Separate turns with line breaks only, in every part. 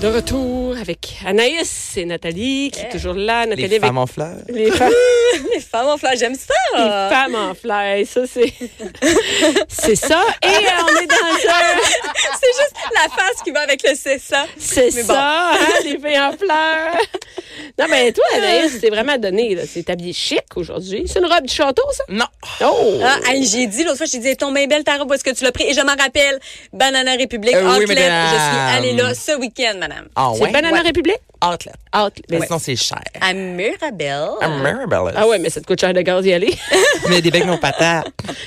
De retour avec Anaïs et Nathalie, qui est toujours là. Nathalie
Les
avec
femmes en fleurs.
les femmes,
Les femmes en fleurs, j'aime
les
ça.
femmes en fleurs. Ça, c'est... c'est ça. Et euh, on est dans un...
C'est juste la face qui va avec le c'est ça.
C'est
Mais
ça,
bon.
hein, les filles en fleurs. Non, mais toi, Anaïs, c'est vraiment donné. là. C'est habillé chic aujourd'hui. C'est une robe du château, ça?
Non.
Oh!
Ah, hey, j'ai dit l'autre fois, j'ai dit, ton bien belle ta robe, où est-ce que tu l'as pris? Et je m'en rappelle, Banana République,
Euh, oui,
Outlet.
madame.
Je suis allée là ce week-end, madame.
Ah
c'est ben
ouais?
Banana
Ouais.
République?
Outlet.
Out.
Mais
Ben,
sinon, c'est cher.
À Mirabelle.
À Mirabelle.
Ah ouais, mais ça te coûte cher de gaz d'y aller.
Mais des beignes aux patates.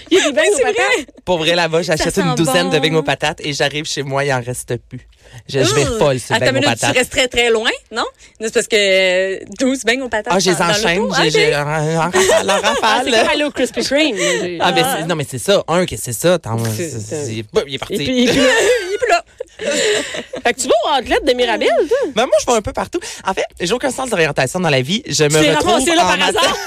Il y a des bains
C'est
au matin.
vrai.
Pour vrai, là-bas, j'achète
Ça
une
sent
douzaine
bon.
de beignes aux patates et j'arrive chez moi, il en reste plus. Je, je vais
Ouh. Ah,
folle sur les
Mmh. Attends une
beignes aux
minute, tu
patates.
restes très, très loin, non? Non, C'est parce que euh, 12 beignes aux patates.
Ah, je les
dans- dans
enchaîne.
l'auto.
j'ai-
Ok.
j'ai- En en rafale, en
Ah, c'est
rafale.
comme aller au Krispy Kreme.
Ah, ben, c'est- non, mais c'est ça. Un, que c'est ça. T'en-
C'est-
c'est-
c'est-
c'est- boum, Il est
Et
parti.
puis, et puis-
Il est plus là.
fait que tu vas au Outlet de Mirabelle, toi?
Ben, moi, je vais un peu partout. En fait, j'ai aucun sens d'orientation dans la vie. Je me
Tu t'es
retrouve
ramassé là
en
par hasard?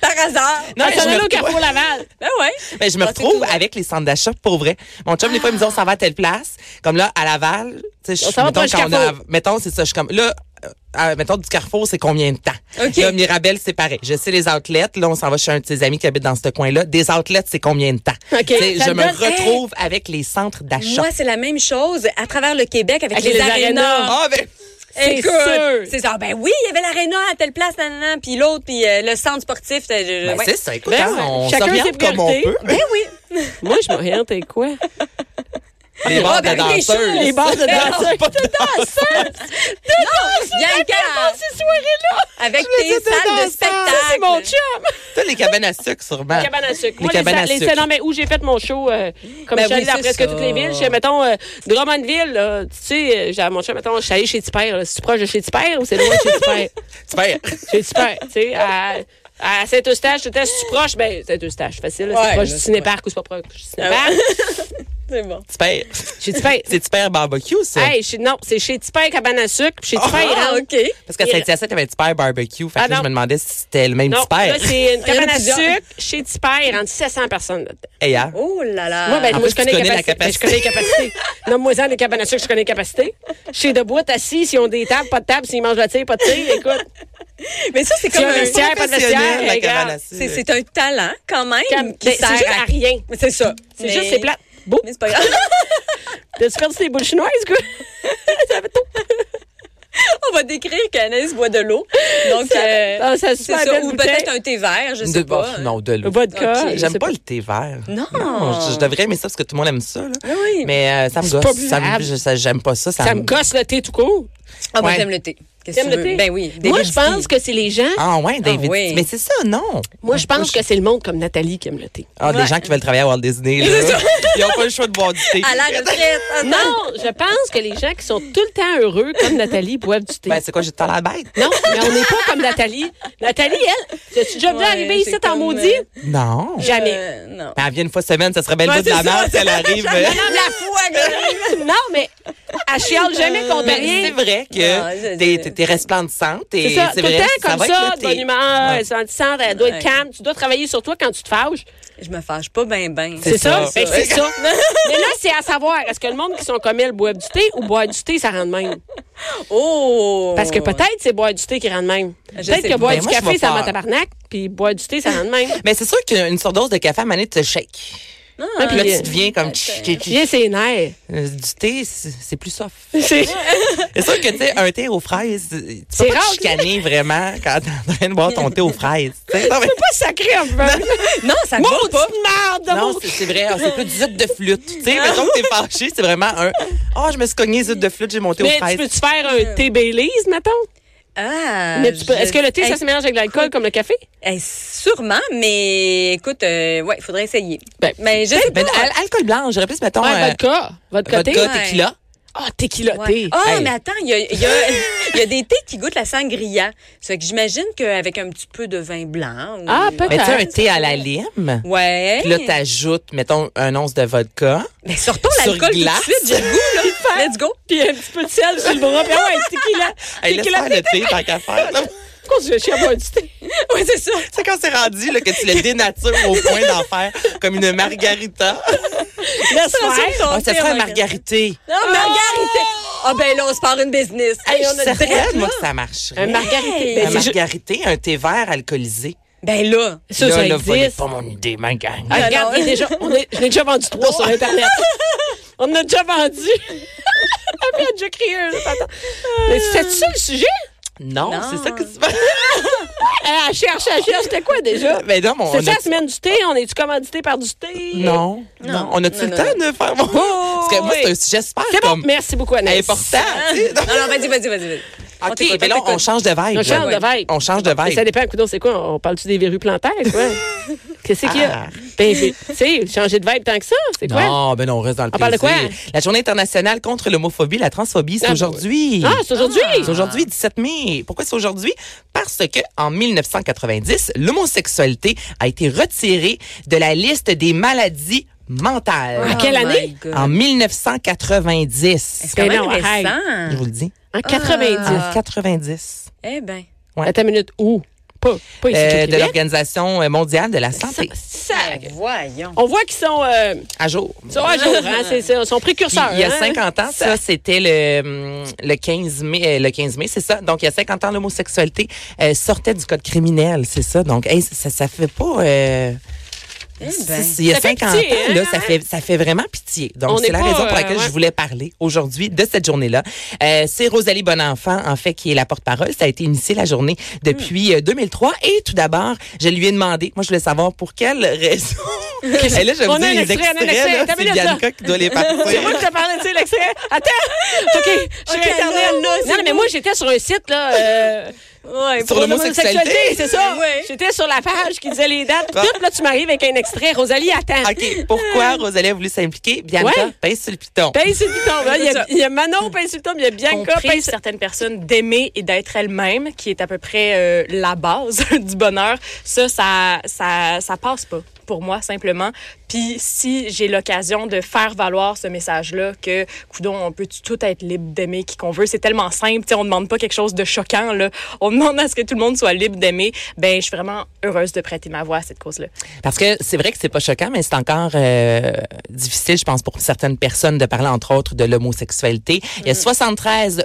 Par hasard.
Non,
Ah, t'en
mais je
as
me
là au Carrefour Laval.
Ben ouais.
Mais je me
Ah, c'est
retrouve
tout.
avec les centres d'achat pour vrai. Mon chum, des fois, il me dit, on s'en va à telle place. Comme là, à Laval, tu sais, je
On
suis,
s'en va
mettons,
proche
quand on a-
Carrefour.
mettons, c'est ça, je suis comme, là, euh, euh, mettons, du Carrefour, c'est combien de temps?
OK.
Là, Mirabelle, c'est pareil. Je sais les outlets. Là, on s'en va chez un de ses amis qui habite dans ce coin-là. Des outlets, c'est combien de temps?
OK.
Tu sais,
Ça
Je
te
me
donne-
retrouve avec les centres d'achat.
Moi, c'est la même chose à travers le Québec avec,
Avec les arénas.
Ah, ben,
C'est
Écoute,
sûr.
C'est ça. Ah, Ben oui, il y avait l'aréna à telle place, nanana, puis l'autre, puis euh, le centre sportif. euh, je-
ben,
ouais.
c'est ça. Écoute,
Ben,
hein, on
chacun ses
s'oriente comme on
priorités.
peut.
Ben oui.
Moi, je m'oriente avec quoi?
Les bars de
ben, avec les
danseuses.
choses.
Ah, Les bars de danseurs.
Pas de danseuses.
Bianca,
ces soirées-là!
avec
Je me
tes
disais
salles
danseur.
Ça,
de
c'est
spectacle.
mon chum!
Toi, les cabanes à sucre, sûrement.
Ben, Les cabanes à sucre.
Les
Moi, les,
cabanes à
les-
sucre.
non, mais où j'ai fait mon show, euh, comme
Ben
je suis allée
oui,
dans
c'est
presque
ça.
toutes les villes, je mettons, euh, Drummondville, là, tu sais, euh, j'ai- mon chum, mettons, je suis allée chez Tipper, là. C'est-tu proche de chez Tipper ou c'est loin de chez Tipper?
Super.
chez Tipper, tu sais, à, à Saint-Eustache, tout à si tu proches, ben, Saint-Eustache, facile, là, c'est proche
Ouais, là,
du
c'est- Ah
cinéparc ou c'est pas proche du cinéparc.
C'est bon.
Super.
Chez Tipper.
C'est super barbecue, ça.
Hey, chez- non, c'est chez Tipper, cabane à sucre, puis chez Tipper, il
Ah,
rentre.
OK.
Parce qu'à
Il-
Saint-Hyacinthe, il y avait super barbecue. Fait que
Ah
là,
non.
je me demandais si c'était le même
Non,
super.
là, c'est une
Il y en a
cabane à
plusieurs.
sucre chez Tipper, il rentre 700 personnes là-dedans.
Hey, hein?
Oh là là.
Moi, ben,
en
moi,
plus,
je connais,
tu
les
connais la
capacités. Ben, je connais les capacités. Nomme-moi-en les cabanes à sucre, je connais les capacités. Chez Debout, assis, s'ils ont des tables, pas de table, s'ils mangent la tire, pas de tire, écoute.
mais ça, c'est
S'ils
comme
ont un
un-
vestiaire, pas de vestiaire,
Professionnel, la cabane à
regarde.
C'est,
sucre.
c'est un talent, quand même,
Cam-
qui
ben,
sert
C'est juste à rien.
Mais c'est ça.
C'est
Mais-
juste, c'est plate. Beau.
Mais c'est pas grave.
T'as-tu perdu tes boules chinoises, quoi? Ça fait tout.
On va décrire qu'Anaïs boit de l'eau. Donc, euh,
Ah, ça, c'est
c'est
super
ça.
belle
Ou
bouteille.
peut-être un thé vert, je sais
De-
pas.
oh, Non, de l'eau.
euh, Vodka.
Ok.
je
J'aime
sais
pas, le thé vert.
Non.
je, je devrais aimer ça parce que tout le monde aime ça. Là.
oui.
Mais euh, ça me
Ah C'est pas
gosse. Ça me-
buvable.
je- ça- J'aime pas ça. Ça,
Ça me gosse le thé tout court.
Ah, moi,
Ouais.
j'aime le thé. Qu'est-ce que
T'aimes
tu
le thé?
veux? Ben oui. des
Moi, je
whisky.
pense que c'est les gens.
Ah ouais, David.
oui.
Mais c'est ça, non.
Moi, je pense que c'est le monde comme Nathalie qui aime le thé.
Ah, des
Ouais.
gens qui veulent travailler à Walt Disney. Là, ils n'ont pas le choix de boire du thé.
À la retraite. attends.
Non, je pense que les gens qui sont tout le temps heureux comme Nathalie boivent du thé.
Ben, c'est quoi, j'ai tout à la bête?
Non, mais on n'est pas comme Nathalie. Nathalie, elle, t'as-tu déjà vu
Ouais,
arriver ici
c'est
en
comme,
maudit?
euh,
Non. Ben,
Jamais.
Euh, non.
Elle vient une fois semaine, ça serait belle
Ouais,
bout de
c'est
la
ça.
merde si elle arrive.
Madame la foi, gars.
non, mais elle chiale jamais contre
Euh, Mais c'est
rien.
vrai
Non,
que
je-
t'es- t'es- t'es resplendissante. et
C'est ça, tout le
vrai,
temps comme
va être
ça,
le
de
thé.
bonne humeur,
Ouais.
elle s'en sent, elle doit être
Ouais.
calme. Tu dois travailler sur toi quand tu te fâches.
Je me fâche pas ben ben.
C'est ça?
ça.
Fait que C'est ça. Mais là, c'est à savoir, est-ce que le monde qui sont comme elle boit du thé ou boit du thé, ça rend de même?
Oh!
Parce que peut-être c'est boire du thé qui rend de même.
Je
Peut-être
sais
que
pas.
boire
Ben,
du
moi, je
café,
vais
ça rend
faire.
tabarnak, puis boire du thé, ça rend de même.
Mais c'est sûr qu'une surdose de café à manette te shake.
Ah,
Puis là,
Puis,
tu deviens comme. tch- tch- tch-
J'ai ses nerfs.
euh, Du thé, c'est c'est plus soft.
C'est-
C'est sûr que, tu sais, un thé aux fraises, euh, tu
C'est
peux pas
rare
te chicaner vraiment quand t'es en train de boire ton thé aux fraises. Tu sais, non, mais-
Pas sacré un peu.
non, ça ne
Maudite
vaut pas.
merde de
Non,
maudit-
c'est c'est vrai, ah, c'est plus du zut de flûte. Tu sais, mettons que t'es fâché, c'est vraiment un. Oh, je me suis cogné zut de flûte, j'ai monté aux
Mais tu
fraises. Euh,
peux-tu faire un thé Baileys, mettons?
Ah!
Mais tu peux-
je-
Est-ce que le thé, ça
Hey,
se mélange avec l'alcool comme le café?
hey, sûrement, mais écoute, euh, ouais, il faudrait essayer.
Ben,
mais je sais pas.
Ben, al- alcool blanc, j'aurais plus, mettons.
Ouais,
euh,
vodka. Vodka, thé.
vodka,
Ouais.
tequila.
Ah, tequila
Ouais.
thé.
Ah,
Hey.
mais attends, il y a, il y a- il y a des thés qui goûtent la sangria. Ça fait que j'imagine qu'avec un petit peu de vin blanc. ou-
Ah, peut-être.
Mais tu sais, un thé à la lime.
Ouais.
Puis là, t'ajoutes, mettons, un once de vodka.
Mais sortons
Sur
l'alcool tout de
glace.
suite, j'ai le goût, là. Let's go.
Puis un petit peu de sel sur le bras. Puis Ah, ben ouais, tequila.
Hey, laisse
tequila
faire le thé, tant qu'à faire. là.
Pourquoi je vais chier à boire du thé?
Oui, c'est ça.
Tu sais, quand c'est rendu là, que tu le dénatures au point d'en faire comme une margarita.
Laisse faire.
Ah, ça serait un margarité.
Non,
Oh!
Margarité! Ah, ben là, on se part une business. Hey, on a
Certaines,
direct,
moi,
là.
que ça marcherait.
Un margarité.
Hey!
Ben,
un
c'est ju-
margarité, un thé vert alcoolisé.
Ben là.
ça,
là,
ça
là, volez
existe.
pas mon idée, ma gang.
Ah,
Non,
regarde,
non.
il est déjà, on est, je l'ai déjà vendu trois sur Internet. on en a déjà vendu. Après, elle a déjà crié un. attends. Mais c'était ça le sujet?
Non,
Non.
c'est ça que tu fais.
Elle cherche, elle cherche. C'était quoi déjà?
Mais non, mais Ben, on
C'est ça
a-
la semaine du thé? On est-tu commandité par du thé?
Non, non. On a-tu
Non,
le
non,
temps de faire mon... Parce que
Oh,
moi,
oui.
c'est un sujet super
C'est bon.
comme
Merci beaucoup, Anaïs.
important. tu sais.
Ah. Non, non, vas-y, vas-y, vas-y. vas-y. On
OK,
t'écoute,
mais là,
on
on
t'écoute.
change de vibe.
ben On
là.
change de vibe.
On change de
Mais ça
vibe.
dépend, coudonc, c'est quoi? On parle-tu des verrues plantaires, quoi? Qu'est-ce qu'il y a?
Ah.
Ben, ben, tu sais, changer de vibe tant que ça, c'est quoi?
Non, ben non, on reste dans le
On parle de
plaisir.
quoi?
La journée internationale contre l'homophobie, la transphobie, c'est
Ah,
aujourd'hui.
Ah, c'est aujourd'hui!
C'est aujourd'hui, 17 mai. Pourquoi c'est aujourd'hui? Parce que en 1990, l'homosexualité a été retirée de la liste des maladies mentales.
À quelle
Oh my
année? Ah,
God.
En 1990.
C'est quand
Ben
même
non,
Je
récent.
vous le dis.
En 90.
En 90.
Eh ben.
Attends une minute. Où? Pas, pas ici. au
Euh, de
Québec.
l'Organisation mondiale de la santé.
Ça-
Ben, voyons.
On voit qu'ils sont, euh,
À jour.
sont à jour, hein, c'est ça. Ils sont
Puis,
précurseurs.
il y a
hein.
50 ans, ça, c'était le, hum, le 15 mai, euh, le 15 mai, c'est ça. Donc, il y a 50 ans, l'homosexualité euh, sortait du code criminel, c'est ça. Donc, hey, ça, ça fait pas... euh,
Eh ben.
c'est- Il y a
Ça fait
50
pitié,
ans,
hein,
là,
hein?
ça, fait, ça fait vraiment pitié.
On
Donc,
n'est
c'est la
pas,
raison pour
euh,
laquelle
ouais.
je voulais parler aujourd'hui de cette journée-là. Euh, c'est Rosalie Bonenfant, en fait, qui est la porte-parole. Ça a été initié la journée
Hmm.
depuis euh, 2003. Et tout d'abord, je lui ai demandé, moi, je voulais savoir pour quelle raison. Et là, je vais
On
vous
a un
dire les
extrait, on a un
extraits.
extrait.
là,
T'as
C'est
mis là-dedans.
Bianca qui doit les partir.
C'est moi qui te parlais, tu sais, l'extrait. Attends! OK, je suis
Ok,
Internet.
là, là, c'est
non, non, mais moi, j'étais sur un site, là. euh,
Ouais,
Sur l'homosexualité.
c'est ça?
Ouais.
J'étais sur la page qui disait les dates. Tout, là, tu m'arrives avec un extrait. Rosalie, attends.
OK, pourquoi Rosalie a voulu s'impliquer? Bianca,
Ouais.
pince sur le piton.
Paye sur le piton, là. hein? Il y a-
C'est ça.
Il y a Manon, paye sur le piton, puis il y a Bianca,
compris
paye sur
certaines personnes d'aimer et d'être elles-mêmes, qui est à peu près euh, la base du bonheur, ça, ça, ça, ça passe pas pour moi simplement. Puis si j'ai l'occasion de faire valoir ce message-là, que coudon, on peut tout être libre d'aimer qui qu'on veut, c'est tellement simple, tu sais, on demande pas quelque chose de choquant là, on demande à ce que tout le monde soit libre d'aimer. Ben, je suis vraiment heureuse de prêter ma voix à cette cause-là.
Parce que c'est vrai que c'est pas choquant, mais c'est encore euh, difficile, je pense, pour certaines personnes de parler, entre autres, de l'homosexualité. Il y a 73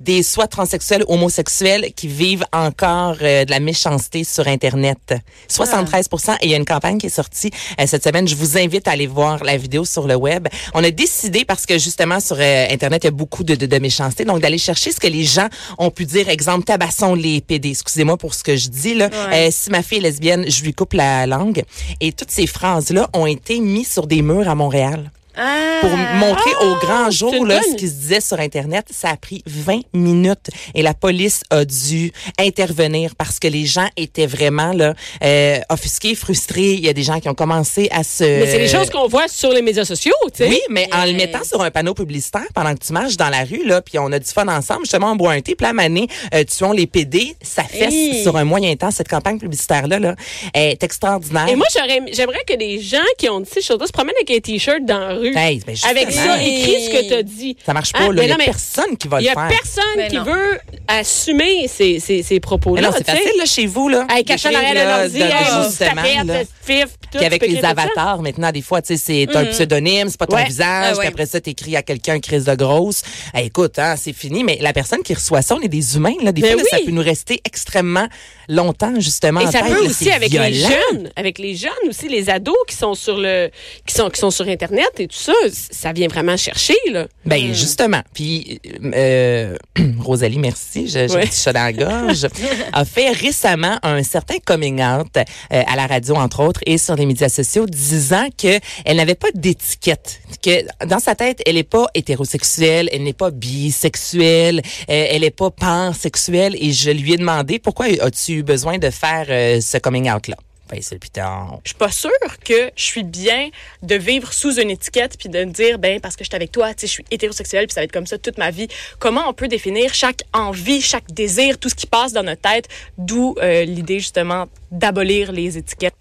des soit transsexuels homosexuels qui vivent encore euh, de la méchanceté sur Internet. 73 Et il y a une campagne qui est sortie euh, cette semaine. Je vous invite à aller voir la vidéo sur le web. On a décidé, parce que justement, sur euh, Internet, il y a beaucoup de, de, de méchanceté, donc d'aller chercher ce que les gens ont pu dire. Exemple, tabassons les PD. Excusez-moi pour ce que je dis, là. Euh, si ma fille est lesbienne, je lui coupe la langue. Et toutes ces phrases-là ont été mises sur des murs à Montréal
Ah.
pour montrer au grand
Ah, c'est
jour
une
là,
bonne-
ce qui se disait sur Internet. Ça a pris 20 minutes et la police a dû intervenir parce que les gens étaient vraiment là, euh, offusqués, frustrés. Il y a des gens qui ont commencé à se...
Mais c'est les choses Euh. qu'on voit sur les médias sociaux, tu sais.
Euh, Oui, mais en le
Yes.
mettant sur un panneau publicitaire pendant que tu marches dans la rue, là, puis on a du fun ensemble, justement, on boit un thé, puis la manée, euh, tuons les PD, ça fesse
Hey.
sur un moyen temps. Cette campagne publicitaire-là là, est extraordinaire.
Et moi, j'aurais aimé- j'aimerais que les gens qui ont dit ces choses-là se promènent avec un T-shirt dans la rue.
Hey, ben,
avec
justement,
ça, écris ce que tu as dit.
Ça marche pas,
Hein?
là.
Mais
Il y a
non, mais
personne qui va
Il
le
n'y a
faire.
personne
Mais
qui
non.
veut assumer ces, ces, ces
Mais
propos-là.
non, c'est
tu sais.
facile, là, chez vous, là.
Hey, cachant
d'écrire,
derrière
là,
un ordi,
de-
hey,
de-
je
justement,
tapette,
là.
fif, pis tout.
Puis avec
tu peux
les
écrire tout ça. Mm-hmm.
avatars, maintenant, des fois, tu sais, c'est un pseudonyme, c'est pas ton
Ouais.
visage,
Ah ouais.
puis après ça, t'écris à quelqu'un crise de grosse. Eh, écoute, hein, c'est fini, mais la personne qui reçoit ça, on est des humains, là. Des
Mais
fois, là, ça
Ben oui.
peut nous rester extrêmement longtemps, justement.
Et
en
ça
tête,
peut
là,
aussi
Ah, ben, c'est
avec les
violent.
jeunes, avec les jeunes aussi, les ados qui sont sur le, qui sont, qui sont sur Internet et tout ça, c- ça vient vraiment chercher, là.
Ben justement. Puis euh, Rosalie, merci, je- j'ai
Ouais.
un petit chat dans la gorge, a fait récemment un certain coming out euh, à la radio entre autres et sur les médias sociaux, disant que elle n'avait pas d'étiquette, que dans sa tête elle n'est pas hétérosexuelle, elle n'est pas bisexuelle, euh, elle n'est pas pansexuelle. Et je lui ai demandé pourquoi as-tu eu besoin de faire euh, ce coming out là. Ben c'est le piton.
Je suis pas sûre que je suis bien de vivre sous une étiquette puis de me dire ben parce que je suis avec toi, tu sais, je suis hétérosexuelle puis ça va être comme ça toute ma vie. Comment on peut définir chaque envie, chaque désir, tout ce qui passe dans notre tête, d'où euh, l'idée justement d'abolir les étiquettes.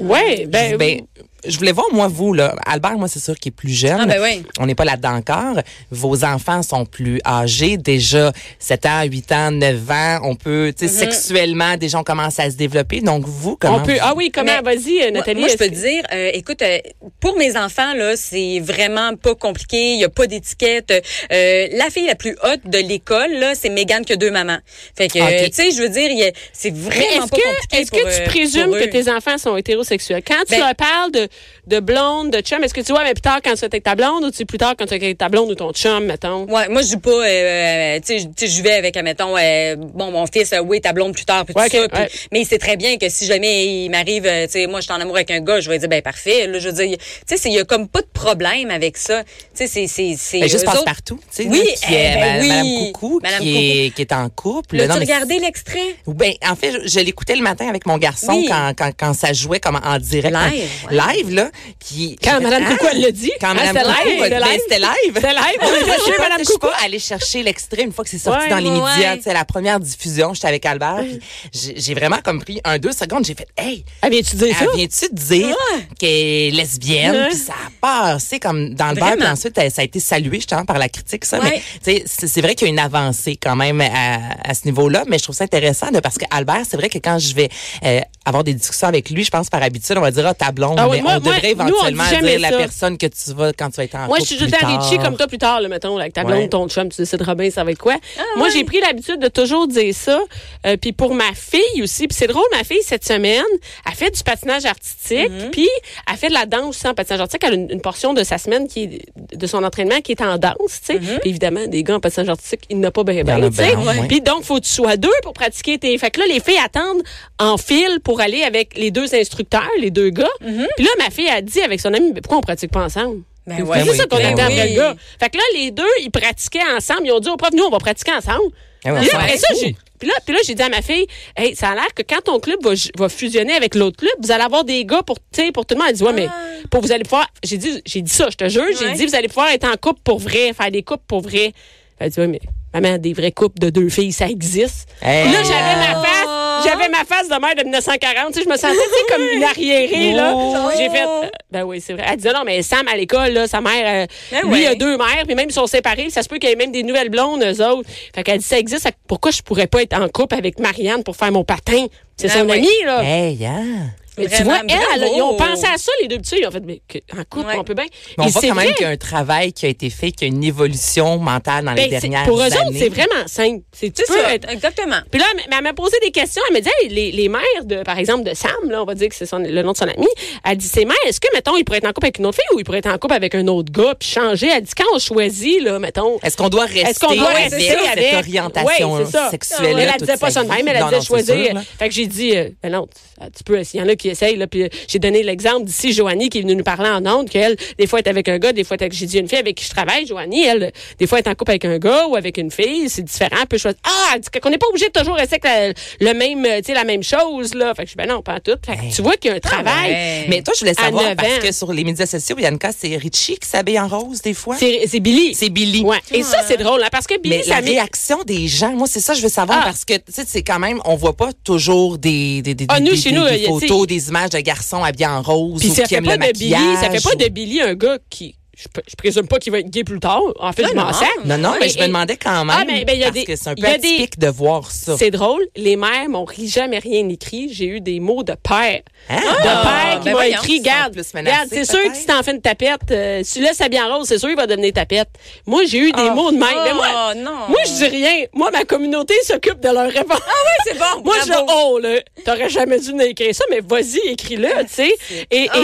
Ouais, ben,
Ben, je voulais voir, moi, vous, là. Albert, moi, c'est sûr qu'il est plus jeune.
Ah, ben oui.
On n'est pas là-dedans encore. Vos enfants sont plus âgés. Déjà, 7 ans, 8 ans, 9 ans, on peut, tu sais,
Mm-hmm.
sexuellement, déjà, on commence à se développer. Donc, vous, comment?
On peut. Ah oui, comment?
Mais-
Vas-y, euh, Nathalie.
Moi, moi, je
est-ce
peux
que-
te dire, euh, écoute, euh, pour mes enfants, là, c'est vraiment pas compliqué. Il n'y a pas d'étiquette. Euh, la fille la plus haute de l'école, là, c'est Mégane que deux mamans. Fait que,
Ok.
euh, tu sais, je veux dire, il y a- c'est
Ah, Mais
vraiment
est-ce
pas
que,
compliqué.
est-ce
pour,
que tu
euh,
présumes
pour
que
eux.
tes enfants sont hétérosexuels? Quand tu
Ben-
leur parles de, de blonde, de chum, est-ce que tu vois, mais plus tard quand tu es avec ta blonde ou tu plus tard quand tu es avec ta blonde ou ton chum, mettons?
Ouais, moi je dis pas, euh, euh, tu sais, je- tu sais, je vais avec, admettons, euh, bon, mon fils, euh, oui, ta blonde plus tard, puis
Ouais,
tout
ok,
ça, puis-
ouais.
mais il sait très bien que si jamais il m'arrive, euh, tu sais, moi je suis en amour avec un gars, je vais dire, ben parfait, là, je veux dire, tu sais, c'est- il y a comme pas de problème avec ça, tu sais, c'est, c'est, c'est.
Ben, juste
eux
passe
autres-
partout, tu sais,
Oui,
là, qui
eh
est
ben
ma-
oui.
Madame Coucou,
Madame
qui, Est, qui est en couple.
Là,
Non,
tu
mais
regardé l'extrait?
Ben, en fait, je, je l'écoutais le matin avec mon garçon
Oui.
quand, quand, quand ça jouait comme en direct.
Live, ouais.
Live, là. Puis,
Quand
j'ai
Madame
fait,
Coucou,
ah!
elle le dit.
Quand
Ah,
Madame
c'était
Coucou,
live,
elle-
c'était
ben,
live.
c'était live. Ah,
C'était live, on
Je
était
suis
chez
pas-
Madame
je suis
Coucou.
pas allée chercher l'extrait une fois que c'est sorti
Ouais,
dans les
ouais,
médias.
ouais.
Tu sais, la première diffusion, j'étais avec Albert. puis j'ai j'ai vraiment compris un, deux secondes. J'ai fait, hey,
Ah, viens-tu dire ça? Ah.
elle vient-tu de dire qu'elle est lesbienne?
Ouais.
Puis ça a passé comme dans le beurre.
Vraiment.
Puis ensuite, elle- ça a été salué, justement, par la critique, ça.
Ouais.
Mais tu sais, c'est c'est vrai qu'il y a une avancée quand même à, à ce niveau-là. Mais je trouve ça intéressant de- parce que Albert, c'est vrai que quand je vais euh, avoir des discussions avec lui, je pense par habitude, on va dire, ah, ta blonde.
Ah oui,
mais
moi-
on devrait
moi, nous, on dit
éventuellement
jamais
dire la
ça.
personne que tu vas quand tu vas être en
Moi, je
couple
suis
plus
juste à Richie
tard.
comme toi plus tard, là, mettons, là, avec ta blonde,
Ouais.
ton chum, tu décideras bien ça va être quoi. Moi, j'ai pris l'habitude de toujours dire ça. Euh, puis pour ma fille aussi, puis c'est drôle, ma fille, cette semaine, elle fait du patinage artistique, puis elle fait de la danse sans patinage artistique. Elle a une, une portion de sa semaine, qui est, de son entraînement qui est en danse, tu sais. Puis évidemment, des gars en patinage artistique, il n'a pas bien,
en a
tu sais.
ben, ouais.
Puis donc, faut que tu sois deux pour pratiquer tes... Fait que là, les filles attendent en file pour aller avec les deux instructeurs, les deux gars. Puis là, ma fille a dit avec son ami, mais pourquoi on pratique pas ensemble?
Ben
C'est
ouais.
juste ça
Ben
qu'on
oui,
attend
ben
après
oui.
le gars. Fait que là, les deux, ils pratiquaient ensemble. Ils ont dit au prof, nous, on va pratiquer ensemble.
Ah ouais,
Puis là,
ouais.
après ça, j'ai... Puis là, puis là j'ai dit à ma fille, hey, ça a l'air que quand ton club va, ju- va fusionner avec l'autre club, vous allez avoir des gars pour, tu sais, pour tout le monde. Elle dit, ouais, mais pour vous allez pouvoir. J'ai dit, j'ai dit ça, je te jure. J'ai
Ouais.
dit, vous allez pouvoir être en couple pour vrai, faire des couples pour vrai. Elle dit, ouais, mais maman, des vrais couples de deux filles, ça existe.
Hey.
Puis là, j'avais ma face, j'avais ma face de mère de 1940. Tu sais, je me sentais tu sais, comme une arriérée, là.
Oh.
J'ai fait, euh, ben oui, c'est vrai. Elle disait, non, mais Sam, à l'école, là, sa mère, euh,
Ben
lui, il a
ouais.
deux mères, puis même ils sont séparés, puis ça se peut qu'il y ait même des nouvelles blondes, eux autres. Fait qu'elle dit, ça existe, ça- pourquoi je pourrais pas être en couple avec Marianne pour faire mon patin? C'est
Ben
son
ouais.
amie, là.
Hey, hein.
mais tu
Vraiment,
vois, elle, elle,
bravo.
ils ont pensé à ça, les deux petits. Ils ont fait, mais que- en couple,
Ouais.
on peut bien.
Mais on
Et
voit
c'est
quand même
vrai.
qu'il y a un travail qui a été fait, qu'il y a une évolution mentale dans les
Ben, c'est-
dernières
Pour eux
années.
autres, c'est vraiment simple. C'est tu
C'est
peux
ça,
être-
exactement.
Puis là, elle m- elle m'a posé des questions. Elle me dit, Hey, les, les mères, de, par exemple, de Sam, là, on va dire que c'est son- le nom de son ami, elle dit, ces mères, est-ce que, mettons, il pourrait être en couple avec une autre fille ou il pourrait être en couple avec un autre gars, puis changer? Elle dit, quand on choisit, là, mettons,
Est-ce qu'on doit rester
est-ce qu'on doit
avec
rester avec
cette orientation hein,
Ouais, c'est ça.
sexuelle
Elle, elle disait pas ça de même, elle a disait choisir. fait que j'ai dit, euh, ben non, tu- tu peux, il y en a qui essayent, là, puis euh, j'ai donné l'exemple d'ici, Joanie, qui est venue nous parler en ondes, qu'elle, des fois, est avec un gars, des fois, est avec- j'ai dit, une fille avec qui je travaille, Joanie, elle, euh, des fois, est en couple avec un gars ou avec une fille, c'est différent, elle peut choisir. Ah, elle dit qu'on n'est pas obligé de toujours rester avec la, le même, euh, tu sais, la même chose, là. Fait que je dis, ben non, pas en tout. Fait que tu vois qu'il y a
Ah,
un travail.
ouais.
Mais toi, je voulais
À
savoir,
neuf
parce
ans.
que sur les médias sociaux, Yannicka, c'est Richie qui s'habille en rose des fois.
C'est c'est Billy.
C'est Billy.
Ouais. Et ça, c'est drôle, là, parce que Billy,
Mais la
ça met-
réaction des gens, moi, c'est ça je veux savoir
Ah.
parce que, tu sais, c'est quand même, on voit pas toujours des, des, des,
Ah, nous,
des-
chez
des-
nous,
des
il y a-
photos, des images de garçons habillés en rose
Puis
ou
ça
qui
fait
aiment
pas
le
de Billy, ça fait
maquillage
pas de
ou-
Billy un gars qui je, pr- je présume pas qu'il va être gay plus tard. En fait,
Non,
je m'en
non.
sers.
Non, non, mais je me
Et-
demandais quand même
Ah, mais- mais il y a
parce
des-
que c'est un
il
peu
y a des-
atypique de voir ça.
C'est drôle, les mères m'ont ri- jamais rien écrit. J'ai eu des mots de père. De
Hein?
père qui
ben
m'a
voyons,
écrit,
ils sont
garde,
plus menacés,
garde, c'est sûr que
peut-être.
si t'en fais une tapette, euh, si tu laisses bien en rose, c'est sûr qu'il va devenir tapette. Moi, j'ai eu des
Ah.
mots de même.
Oh,
Mais moi,
non.
moi, je dis rien. Moi, ma communauté s'occupe de leur réponse.
Ah
C'est bon,
Moi, je
bravo.
oh, là, t'aurais jamais dû m'écrire ça, mais vas-y, écris-le, tu sais. Et, et-
Ah.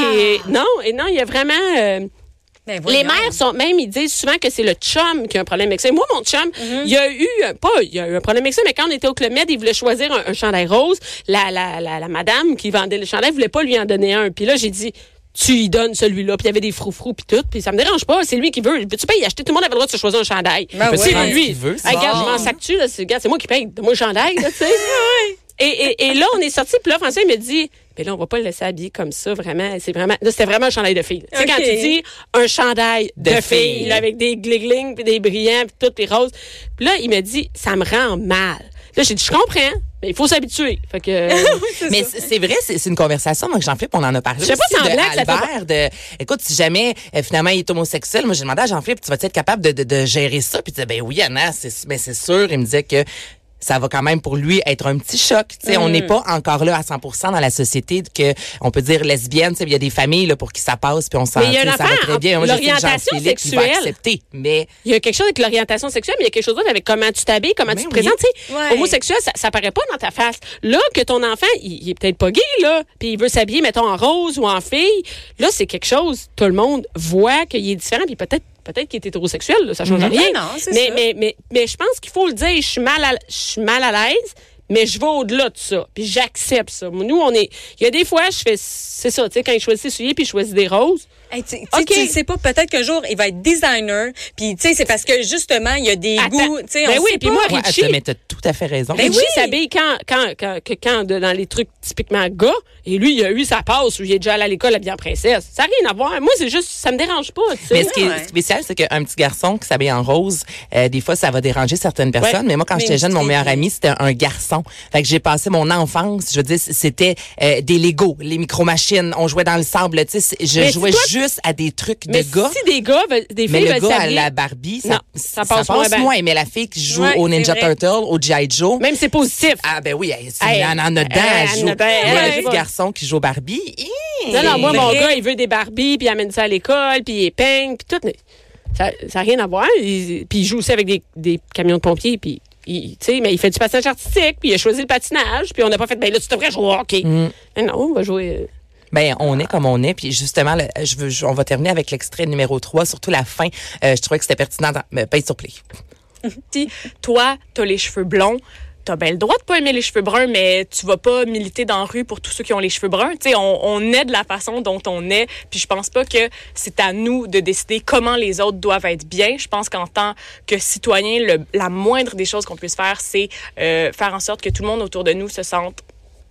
non, et non, il y a vraiment, euh,
Ben, voyons.
les mères sont même, ils disent souvent que c'est le chum qui a un problème avec ça. Et Moi, mon chum,
Mm-hmm.
il a eu, un- pas, il a eu un problème avec ça, mais quand on était au Club Med, il voulait choisir un, un chandail rose. La, la, la, la madame qui vendait le chandail voulait pas lui en donner un. Puis là, j'ai dit, tu y donnes celui-là. Puis il y avait des froufrous, puis tout. Puis ça me dérange pas, c'est lui qui veut. Puis tu payes, acheter, tout le monde avait le droit de se choisir un chandail.
Ben
c'est
ouais.
lui.
Il veut, c'est
Hey, Regarde,
bon.
je m'en sac-tu, là. C'est regarde, c'est moi qui paye. Donne-moi le chandail, là, tu sais. Et, et, et là, on est sorti, puis là, François, il me dit, mais là, on va pas le laisser habiller comme ça, vraiment. C'est vraiment, là, c'était vraiment un chandail de fille. Tu sais, quand
Ok.
tu dis un chandail de,
De
fille,
fille.
là, avec des gliglings, puis des brillants, puis tout, puis roses. Puis là, il me dit, ça me rend mal. Là, j'ai dit, je comprends, mais il faut s'habituer. Fait que, euh,
Mais c'est c'est vrai, c'est c'est une conversation. Moi, Jean-Philippe, on en a parlé.
Je sais pas
aussi,
si en
de
blague, ça fait pas-
Albert, de, écoute, si jamais, euh, finalement, il est homosexuel, moi, j'ai demandé à Jean-Philippe, tu vas-tu être capable de, de- de gérer ça? Puis il disait, ben oui, Anna, c'est, mais c'est sûr. Il me disait que ça va quand même pour lui être un petit choc. Tu sais, On
Mm.
n'est pas encore là à 100 dans la société que on peut dire lesbienne. tu sais, Il y a des familles là, pour qui ça passe, puis on s'en
Mais il y a
tu sais,
une
ça va
affaire,
très bien. Moi, je sais que
l'orientation
Jean-Philippe, il va
sexuelle.
accepter, mais...
il y a quelque chose avec l'orientation sexuelle, mais il y a quelque chose d'autre avec comment tu t'habilles, comment
Mais
tu te
oui.
présentes. Tu sais,
Ben Ouais.
Homosexuel, ça, ça paraît pas dans ta face. Là, que ton enfant, il, il est peut-être pas gay, là, puis il veut s'habiller, mettons, en rose ou en fille, là, c'est quelque chose, tout le monde voit qu'il est différent, puis peut-être peut-être qu'il est hétérosexuel, là, ça change rien.
Mais Ben non, c'est
mais,
ça.
mais, mais, mais je pense qu'il faut le dire, je suis mal à, je suis mal à l'aise. Mais je vais au-delà de ça, puis j'accepte ça. Nous, on est. Il y a des fois, je fais, c'est ça, tu sais, quand je choisis ses souliers, puis je choisis des roses,
Hey, tu, tu-
OK.
tu le sais pas, peut-être qu'un jour, il va être designer. Puis, tu sais, c'est parce que, justement, il y a des
Attends.
goûts. Tu sais,
Ben
on
oui,
sait
puis
pas.
moi,
Ouais,
Richie-
attends, mais t'as tout à fait raison.
Ben
Ben
oui,
oui.
s'habille quand, quand, quand, que quand de- dans les trucs typiquement gars, et lui, il a eu sa passe où il est déjà allé à l'école habillé en princesse. Ça n'a rien à voir. Moi, c'est juste, ça me dérange pas, tu sais.
Mais ce qui
Ouais.
est spécial, c'est qu'un petit garçon qui s'habille en rose, euh, des fois, ça va déranger certaines personnes. Mais moi, quand
Mais
j'étais jeune,
une
mon
petite
meilleur
fille.
ami, c'était un garçon. Fait que j'ai passé mon enfance, je veux dire, c'était euh, des Legos, les micro-machines. On jouait dans le sable. Tu sais, c'est- je
Mais si
jouais
toi-
juste à des trucs de
Mais
gars.
si des gars, veulent- des
Mais
filles
le
veulent
gars à
s'habiller,
la Barbie, ça,
Non, ça passe moins bien.
moins. Mais la fille qui joue
Ouais,
au
c'est
Ninja
vrai.
Turtle, au G.I. Joe,
même c'est positif.
ah ben oui, elle,
Hey,
elle en a dedans,
elle en
elle
a
joue.
dedans, elle,
Moi,
elle
le
joue.
garçon qui joue au Barbie, hi,
Non, non, moi,
c'est
mon
vrai.
gars, il veut des Barbies, puis il amène ça à l'école, puis il épingle, puis tout. Mais ça n'a rien à voir. Il- Puis il joue aussi avec des, des camions de pompiers, puis il, tu sais, mais il fait du passage artistique, puis il a choisi le patinage, puis on n'a pas fait, ben là, tu devrais jouer au hockey.
Mm.
Mais non, on va jouer. euh,
Ben, on est comme on est. Puis justement, le- je veux, je- on va terminer avec l'extrait numéro 3, surtout la fin. Euh, je trouvais que c'était pertinent. ben, dans- mais Paye sur play.
Si toi, t'as les cheveux blonds, t'as bien le droit de pas aimer les cheveux bruns, mais tu vas pas militer dans la rue pour tous ceux qui ont les cheveux bruns. Tu sais, on, on est de la façon dont on est, puis je pense pas que c'est à nous de décider comment les autres doivent être bien. Je pense qu'en tant que citoyen, le- la moindre des choses qu'on puisse faire, c'est euh, faire en sorte que tout le monde autour de nous se sente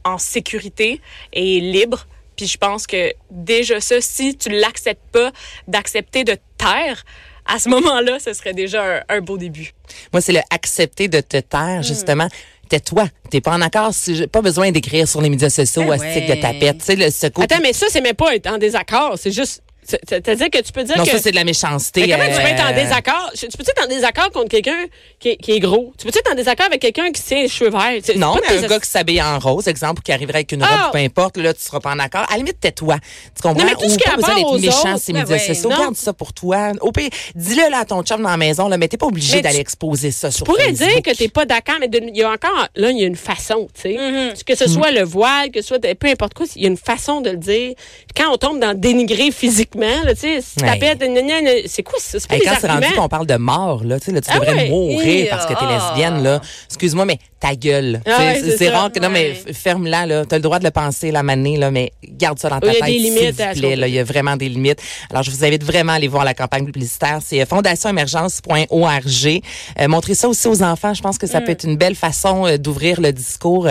en sécurité et libre. Puis je pense que déjà ça, si tu l'acceptes pas, d'accepter de taire, à ce moment-là, ce serait déjà un- un beau début.
Moi, c'est le accepter de te taire,
Hmm.
justement. Tais-toi. T'es pas en accord. Si j'ai pas besoin d'écrire sur les médias sociaux,
Ben
astique
ouais.
de tapette. Tu sais, le secours.
Attends, mais ça, c'est même pas être en désaccord. C'est juste. c'est- C'est-à-dire que tu peux dire
non,
que.
ça, c'est de la méchanceté.
Mais comment tu peux être en
euh,
désaccord? Tu peux être en désaccord contre quelqu'un qui, est- qui est gros? Tu peux être en désaccord avec quelqu'un qui tient les cheveux verts? C'est-
Non,
c'est pas
mais
tes-
un gars qui s'habille en rose, exemple, ou qui arriverait avec une robe,
Ah!
peu importe, là, tu seras pas en accord. À la limite, tais-toi. Tu comprends?
mais tout ce
Ou
qui a
pas besoin
rapport
d'être
aux
méchant
autres,
ces
ben
médias
ouais.
sociaux.
Non.
Garde ça pour toi. Au pire, dis-le là à ton chum dans la maison, là, mais t'es pas obligé
Mais
d'aller
tu-
exposer ça
Je
sur
pourrais
Facebook.
dire que t'es pas d'accord, mais de- il y a encore, là, il y a une façon, tu sais.
Mhm.
Que ce soit le voile, que ce soit, de- peu importe quoi, il y a une façon de le dire. Quand on tombe dans dénigrer physiquement, là, tu sais, si
Ouais.
t'appelles, gna, gna, gna, c'est quoi ça? C'est pas
Hey,
des
quand c'est rendu
arguments.
qu'on parle de mort, là, tu sais, là, tu
Ah
devrais
ouais, eh,
mourir
hi,
parce que t'es
ah.
lesbienne, là. Excuse-moi, mais ta gueule.
Ah
C'est-
ouais, c'est
c'est c'est
ça,
rare que, non, mais
ouais.
f- ferme-la, là. T'as le droit de le penser, la manée, là, mais garde ça dans ta
Oui, Oh, il y a
tête.
des
s'il
limites
vous
à ce
plaît,
qu'on
là. Il y a vraiment des limites. Alors, je vous invite vraiment à aller voir la campagne publicitaire. C'est euh, fondationemergence.org. Euh, montrez ça aussi aux enfants. Je pense que ça
Mm.
peut être une belle façon euh, d'ouvrir le discours.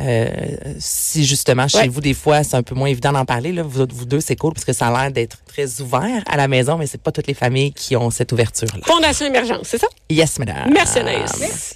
euh, si, justement, chez
Ouais.
vous, des fois, c'est un peu moins évident d'en parler, là. Vous, autres- vous deux, c'est cool parce que ça a l'air d'être très ouvert à la maison, mais c'est pas toutes les familles qui ont cette ouverture-là.
Fondation Émergence, c'est ça?
Yes, madame.
Merci, Anaïs.
Merci.